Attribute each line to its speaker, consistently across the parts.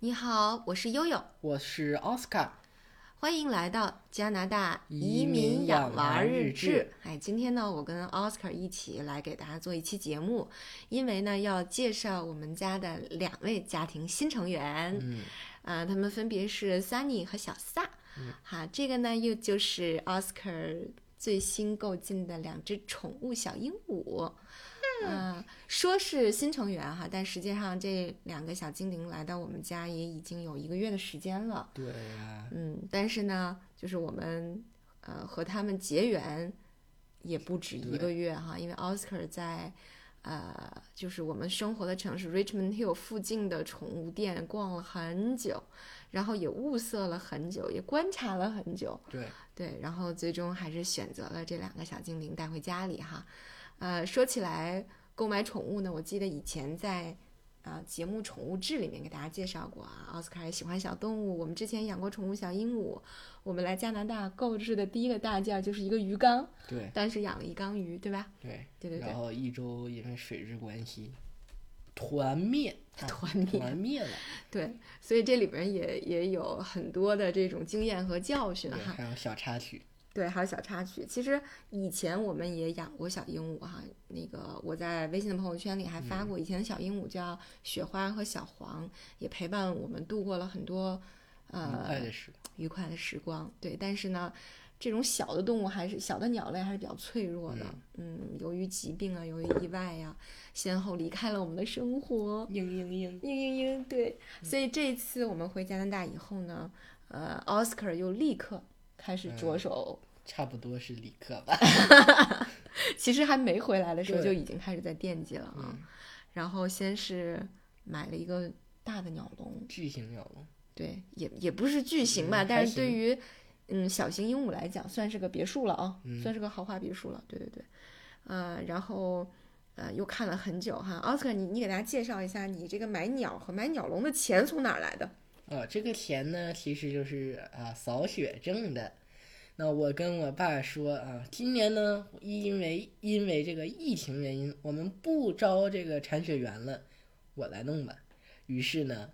Speaker 1: 你好，我是悠悠，
Speaker 2: 我是奥斯卡。
Speaker 1: 欢迎来到加拿大
Speaker 2: 移
Speaker 1: 移
Speaker 2: 民
Speaker 1: 民
Speaker 2: 养
Speaker 1: 养
Speaker 2: 娃
Speaker 1: 娃
Speaker 2: 日
Speaker 1: 日
Speaker 2: 志
Speaker 1: 志。哎，今天呢，我跟 Oscar 一起来给大家做一期节目，因为呢要介绍我们家的两位家庭新成员，
Speaker 2: 嗯，
Speaker 1: 啊，他们分别是 Sunny 和小萨。好，这个呢又就是 Oscar 最新购进的两只宠物小鹦鹉。嗯、说是新成员哈，但实际上这两个小精灵来到我们家也已经有一个月的时间了。
Speaker 2: 对呀、
Speaker 1: 嗯，但是呢，就是我们呃和他们结缘也不止一
Speaker 2: 对
Speaker 1: 个月哈，因为 Oscar 在呃就是我们生活的城市 Richmond Hill 附近的宠物店逛了很久，然后也物色了很久，也观察了很久，
Speaker 2: 对，
Speaker 1: 对，然后最终还是选择了这两个小精灵带回家里哈。呃，说起来购买宠物呢，我记得以前在呃节目《宠物志》里面给大家介绍过啊，奥斯卡也喜欢小动物。我们之前养过宠物小鹦鹉，我们来加拿大购置的第一个大件儿就是一个鱼缸，
Speaker 2: 对，
Speaker 1: 当时养了一缸鱼，对吧？
Speaker 2: 对，
Speaker 1: 对对对
Speaker 2: 然，后一周因为水质关系，团灭，啊
Speaker 1: 团灭
Speaker 2: 团灭了。
Speaker 1: 对，所以这里面也也有很多的这种经验和教训
Speaker 2: 对，
Speaker 1: 哈。
Speaker 2: 还有小插曲。
Speaker 1: 对，还有小插曲。其实以前我们也养过小鹦鹉哈，那个我在微信的朋友圈里还
Speaker 2: 嗯
Speaker 1: 发过，以前的小鹦鹉叫雪花和小黄，也陪伴我们度过了很多
Speaker 2: 愉快
Speaker 1: 呃
Speaker 2: 的是，
Speaker 1: 愉快的时光。对，但是呢，这种小的动物还是小的鸟类还是比较脆弱的。嗯由于疾病啊，由于意外呀、先后离开了我们的生活。
Speaker 2: 嘤嘤嘤。
Speaker 1: 嘤嘤嘤，对。
Speaker 2: 嗯
Speaker 1: 所以这次我们回加拿大以后呢，呃，Oscar 又立刻开始着
Speaker 2: 嗯
Speaker 1: 手。
Speaker 2: 差不多是理科吧，
Speaker 1: 其实还没回来的时候
Speaker 2: 对
Speaker 1: 就已经开始在惦记了啊。
Speaker 2: 嗯
Speaker 1: 然后先是买了一个大的鸟笼，
Speaker 2: 巨型鸟笼，
Speaker 1: 对，也也不是巨型吧，
Speaker 2: 嗯
Speaker 1: 但
Speaker 2: 还
Speaker 1: 是
Speaker 2: 行
Speaker 1: 对于嗯小型鹦鹉来讲，算是个别墅了啊，
Speaker 2: 嗯
Speaker 1: 算是个豪华别墅了。对对对，呃，然后呃又看了很久哈，奥斯卡，你你给大家介绍一下，你这个买鸟和买鸟笼的钱从哪儿来的？
Speaker 2: 啊，这个钱呢，其实就是啊扫雪挣的。那我跟我爸说啊，今年呢，因为因为这个疫情原因，我们不招这个铲雪员了，我来弄吧。于是呢，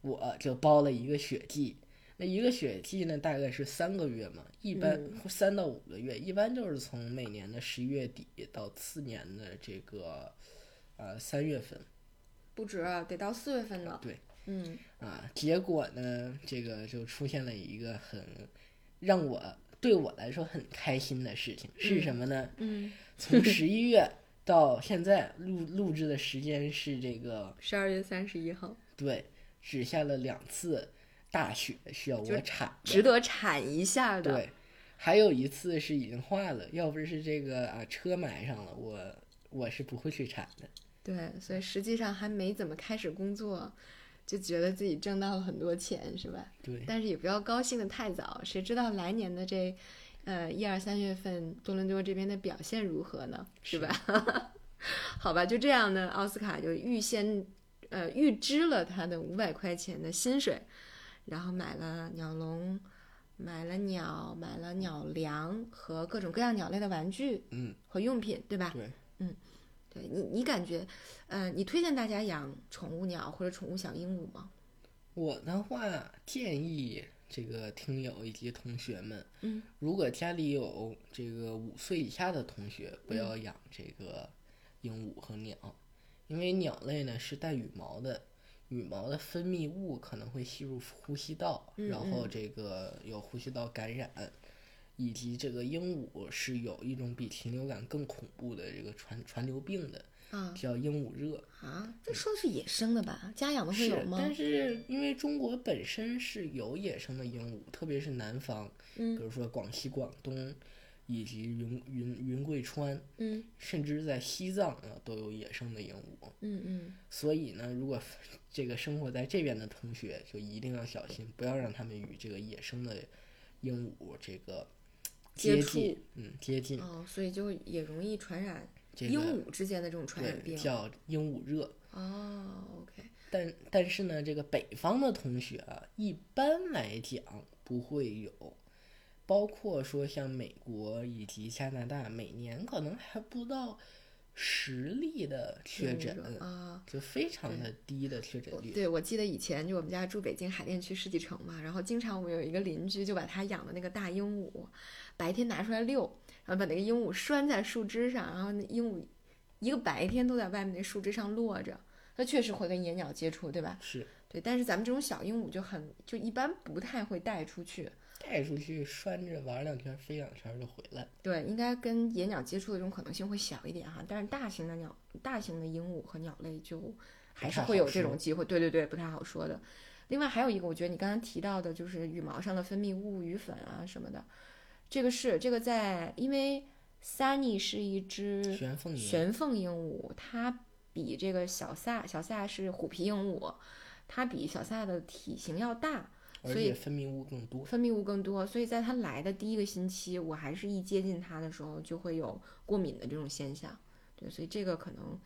Speaker 2: 我就包了一个雪季。那一个雪季呢，大概是三个月嘛，一般三到五个月，一般就是从每年的十一月底到次年的这个呃三月份。
Speaker 1: 不止啊，得到四月份呢。
Speaker 2: 对，
Speaker 1: 嗯，
Speaker 2: 啊，结果呢，这个就出现了一个很让我对我来说很开心的事情，是什么呢？
Speaker 1: 嗯，
Speaker 2: 从十一月到现在录录制的时间是这个
Speaker 1: 十二月三十一号，
Speaker 2: 对，只下了两次大雪，需要
Speaker 1: 就
Speaker 2: 我铲的
Speaker 1: 值得铲一下的。
Speaker 2: 对，还有一次是已经化了，要不是这个啊车埋上了，我我是不会去铲的。
Speaker 1: 对，所以实际上还没怎么开始工作，就觉得自己挣到了很多钱，是吧？
Speaker 2: 对，
Speaker 1: 但是也不要高兴的太早，谁知道来年的这，呃，一二三月份多伦多这边的表现如何呢？是吧？ 好吧，就这样呢，奥斯卡就预先，呃，预支了他的五百块钱的薪水，然后买了鸟笼，买了鸟，买了鸟粮和各种各样鸟类的玩具
Speaker 2: 嗯，
Speaker 1: 和用品，对吧？嗯
Speaker 2: 对，
Speaker 1: 对你，你感觉，呃，你推荐大家养宠物鸟或者宠物小鹦鹉吗？
Speaker 2: 我的话建议这个听友以及同学们，
Speaker 1: 嗯，
Speaker 2: 如果家里有这个五岁以下的同学，不要养这个鹦鹉和鸟，因为鸟类呢是带羽毛的，羽毛的分泌物可能会吸入呼吸道，
Speaker 1: 嗯
Speaker 2: 然后这个有呼吸道感染。以及这个鹦鹉是有一种比禽流感更恐怖的这个传传流病的，
Speaker 1: 啊
Speaker 2: 叫鹦鹉热。
Speaker 1: 啊，这说的是野生的吧？家养的会
Speaker 2: 是
Speaker 1: 有，吗？
Speaker 2: 但是因为中国本身是有野生的鹦鹉，特别是南方，比
Speaker 1: 嗯
Speaker 2: 如说广西、广东，以及云云云贵川，
Speaker 1: 嗯
Speaker 2: 甚至在西藏啊都有野生的鹦鹉。
Speaker 1: 嗯嗯，
Speaker 2: 所以呢，如果这个生活在这边的同学，就一定要小心，不要让他们与这个野生的鹦鹉这个
Speaker 1: 接
Speaker 2: 接
Speaker 1: 触
Speaker 2: 近，嗯，接近
Speaker 1: 哦，所以就也容易传染
Speaker 2: 这
Speaker 1: 鹦
Speaker 2: 个
Speaker 1: 鹉之间的这种传染
Speaker 2: 对
Speaker 1: 病。
Speaker 2: 叫鹦鹉热。
Speaker 1: 哦，OK，
Speaker 2: 但但是呢，这个北方的同学啊，一般来讲不会有，包括说像美国以及加拿大，每年可能还不到实例的确诊，
Speaker 1: 啊。
Speaker 2: 就非常的低的确诊率。
Speaker 1: 对，我记得以前就我们家住北京海淀区世纪城嘛，然后经常我们有一个邻居就把他养的那个大鹦鹉，白天拿出来遛，然后把那个鹦鹉拴在树枝上，然后那鹦鹉一个白天都在外面那树枝上落着，它确实会跟野鸟接触，对吧？
Speaker 2: 是
Speaker 1: 对，但是咱们这种小鹦鹉就很就一般不太会带出去，
Speaker 2: 带出去拴着玩两圈，飞两圈就回来。
Speaker 1: 对，应该跟野鸟接触的这种可能性会小一点哈。但是大型的鸟、大型的鹦鹉和鸟类就还是会有这种机会，对对对，不太好说的。另外还有一个，我觉得你刚刚提到的就是羽毛上的分泌物、羽粉啊什么的，这个是这个在，因为 Sunny 是一只
Speaker 2: 玄凤眼，
Speaker 1: 玄凤鹦鹉，它比这个小萨小萨是虎皮鹦鹉，它比小萨的体型要大，
Speaker 2: 而
Speaker 1: 所以
Speaker 2: 且分泌物更多。
Speaker 1: 分泌物更多，所以在它来的第一个星期，我还是一接近它的时候就会有过敏的这种现象。对，所以这个可能，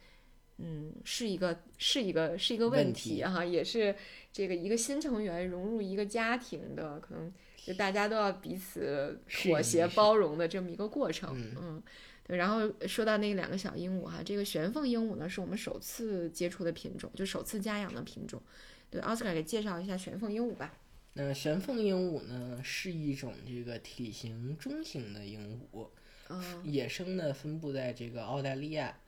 Speaker 1: 嗯，是一个是一个是一个问
Speaker 2: 问
Speaker 1: 题
Speaker 2: 题
Speaker 1: 哈、也是这个一个新成员融入一个家庭的，可能就大家都要彼此
Speaker 2: 是
Speaker 1: 妥协
Speaker 2: 是是
Speaker 1: 包容的这么一个过程。
Speaker 2: 嗯
Speaker 1: 嗯，对。然后说到那两个小鹦鹉哈，这个玄凤鹦鹉呢是我们首次接触的品种，就首次家养的品种。对，奥斯卡给介绍一下玄凤鹦鹉吧。
Speaker 2: 那玄凤鹦鹉呢，是一种这个体型中型的鹦鹉，
Speaker 1: 嗯。
Speaker 2: 野生的分布在这个澳大利亚。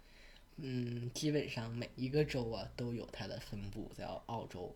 Speaker 2: 嗯，基本上每一个州啊都有它的分布，在澳澳洲。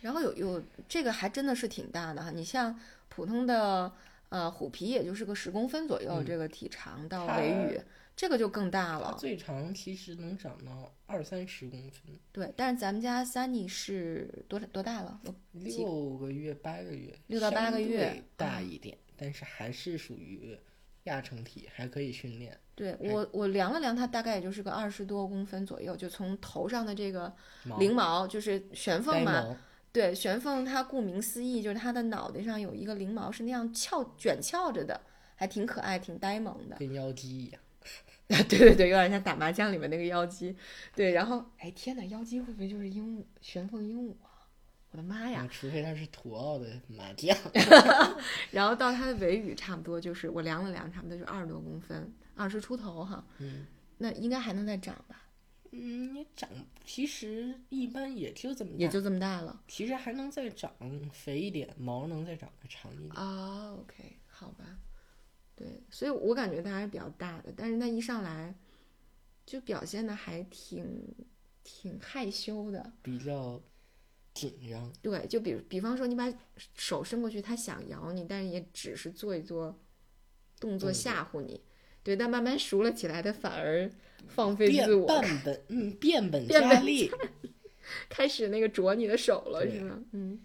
Speaker 1: 然后有有这个还真的是挺大的哈，你像普通的呃虎皮，也就是个十公分左右，
Speaker 2: 嗯
Speaker 1: 这个体长到
Speaker 2: 它
Speaker 1: 尾羽，这个就更大
Speaker 2: 它
Speaker 1: 了。
Speaker 2: 最长其实能长到二三十公分，
Speaker 1: 对，但是咱们家 Sunny 是多多大了？我几
Speaker 2: 六个月、八个月，啊
Speaker 1: 六到八个月
Speaker 2: 相对大一点，但是还是属于亚成体，还可以训练。
Speaker 1: 对我我量了量，它大概也就是个二十多公分左右，就从头上的这个
Speaker 2: 毛
Speaker 1: 翎毛，就是玄凤
Speaker 2: 呆
Speaker 1: 嘛，
Speaker 2: 毛，
Speaker 1: 对，玄凤它顾名思义就是它的脑袋上有一个翎毛是那样翘卷翘着的，还挺可爱，挺呆萌的。
Speaker 2: 跟妖姬一样，
Speaker 1: 对对对，有点像打麻将里面那个妖姬。对，然后哎天哪，妖姬会不会就是鹦鹉玄凤鹦鹉啊？我的妈呀！
Speaker 2: 啊除非它是土澳的麻将，
Speaker 1: 然后到它的尾羽差不多就是我量了量，差不多就二十多公分，二十出头哈。
Speaker 2: 嗯
Speaker 1: 那应该还能再长吧？
Speaker 2: 嗯，也长，其实一般也就这么
Speaker 1: 也
Speaker 2: 大，
Speaker 1: 就这么大了。
Speaker 2: 其实还能再长肥一点，毛能再长得长一点。
Speaker 1: 啊、o k 好吧。对，所以我感觉它还是比较大的，但是它一上来就表现的还挺挺害羞的。
Speaker 2: 比较紧张，
Speaker 1: 对，就比比方说，你把手伸过去，它想咬你，但是也只是做一做动作
Speaker 2: 动作
Speaker 1: 吓唬你。对，但慢慢熟了起来，它反而放飞
Speaker 2: 变
Speaker 1: 自我，
Speaker 2: 半本，嗯，变本
Speaker 1: 变
Speaker 2: 加
Speaker 1: 本
Speaker 2: 厉，
Speaker 1: 开始那个啄你的手了，
Speaker 2: 对
Speaker 1: 是吗？嗯，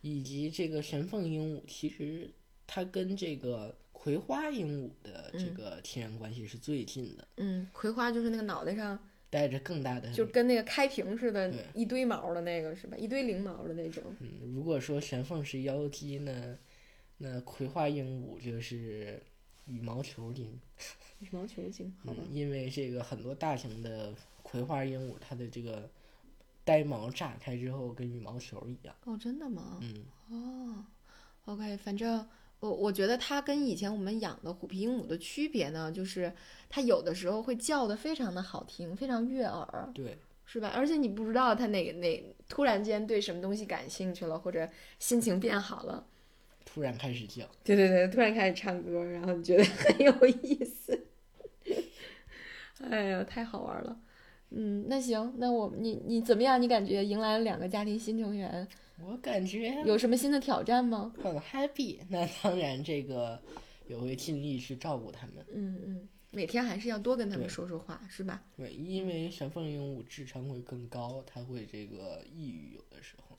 Speaker 2: 以及这个神凤鹦鹉，其实它跟这个葵花鹦鹉的这
Speaker 1: 嗯
Speaker 2: 个亲缘关系是最近的，
Speaker 1: 嗯，葵花就是那个脑袋上
Speaker 2: 带着更大的。
Speaker 1: 就跟那个开屏似的
Speaker 2: 嗯对，
Speaker 1: 一堆毛的那个是吧？一堆翎毛的那种。
Speaker 2: 嗯，如果说玄凤是妖姬呢，那葵花鹦鹉就是羽毛球精。
Speaker 1: 羽毛球精，好吧
Speaker 2: 嗯，，因为这个很多大型的葵花鹦鹉，它的这个呆毛炸开之后跟羽毛球一样。
Speaker 1: 哦，真的吗？
Speaker 2: 嗯，
Speaker 1: 哦，OK，反正我我觉得它跟以前我们养的虎皮鹦鹉的区别呢，就是它有的时候会叫的非常的好听，非常悦耳，
Speaker 2: 对，
Speaker 1: 是吧？而且你不知道它哪哪突然间对什么东西感兴趣了，或者心情变好了，
Speaker 2: 突然开始叫，
Speaker 1: 对对对，突然开始唱歌，然后你觉得很有意思。 哎呀，太好玩了。嗯，那行，那我你你怎么样？你感觉迎来了两个家庭新成员，
Speaker 2: 我感觉
Speaker 1: 有什么新的挑战吗？
Speaker 2: 很 happy。那 当然，这个也会尽力去照顾它们。
Speaker 1: 嗯，嗯，每天还是要多跟他们
Speaker 2: 对
Speaker 1: 说说话，是吧？
Speaker 2: 对，因为玄凤鹦鹉智商会更高，它会这个抑郁，有的时候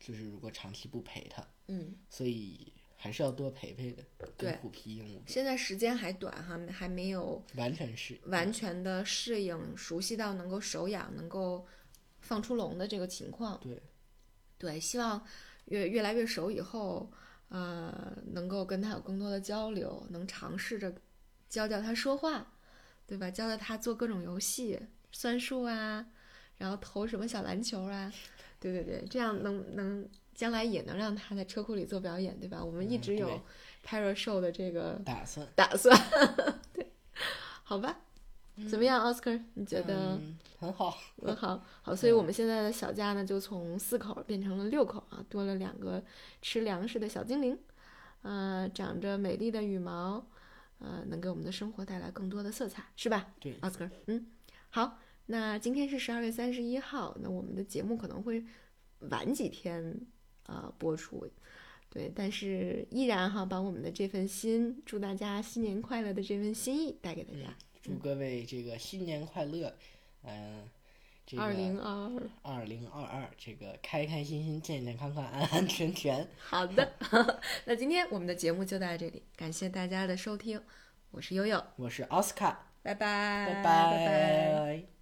Speaker 2: 就是如果长期不陪它，
Speaker 1: 嗯，
Speaker 2: 所以还是要多陪陪的。
Speaker 1: 对
Speaker 2: 跟虎皮鹦鹉
Speaker 1: 现在时间还短哈，还没有
Speaker 2: 完全是
Speaker 1: 完全的适应、熟悉到能够手痒、能够放出笼的这个情况。
Speaker 2: 对，
Speaker 1: 对，希望越越来越熟以后，呃，能够跟他有更多的交流，能尝试着教教他说话，对吧？教教他做各种游戏，算术啊，然后投什么小篮球啊，对对对，这样能能将来也能让他在车库里做表演，对吧？我们一
Speaker 2: 嗯
Speaker 1: 直有
Speaker 2: 对
Speaker 1: Para Show 的这个
Speaker 2: 打算。
Speaker 1: 打算，对，好吧。怎么样，奥斯卡？你觉得
Speaker 2: 嗯、很好，
Speaker 1: 很好？好，所以我们现在的小家呢，就从四口变成了六口啊，多了两个吃粮食的小精灵，呃，长着美丽的羽毛，呃，能给我们的生活带来更多的色彩，是吧？
Speaker 2: 对，
Speaker 1: 奥斯卡，嗯，好，那今天是十二月三十一号，那我们的节目可能会晚几天啊、呃播出，对，但是依然哈把我们的这份心，祝大家新年快乐的这份心意带给大
Speaker 2: 嗯
Speaker 1: 家。
Speaker 2: 哎祝各位这个新年快乐，嗯、这
Speaker 1: 二零
Speaker 2: 个
Speaker 1: 二二，
Speaker 2: 二零二二这个开开心心、健健康康、安安全全，
Speaker 1: 好的， 那今天我们的节目就到这里，感谢大家的收听，我是悠悠，
Speaker 2: 我是奥斯卡，
Speaker 1: 拜拜，
Speaker 2: 拜
Speaker 1: 拜拜
Speaker 2: 拜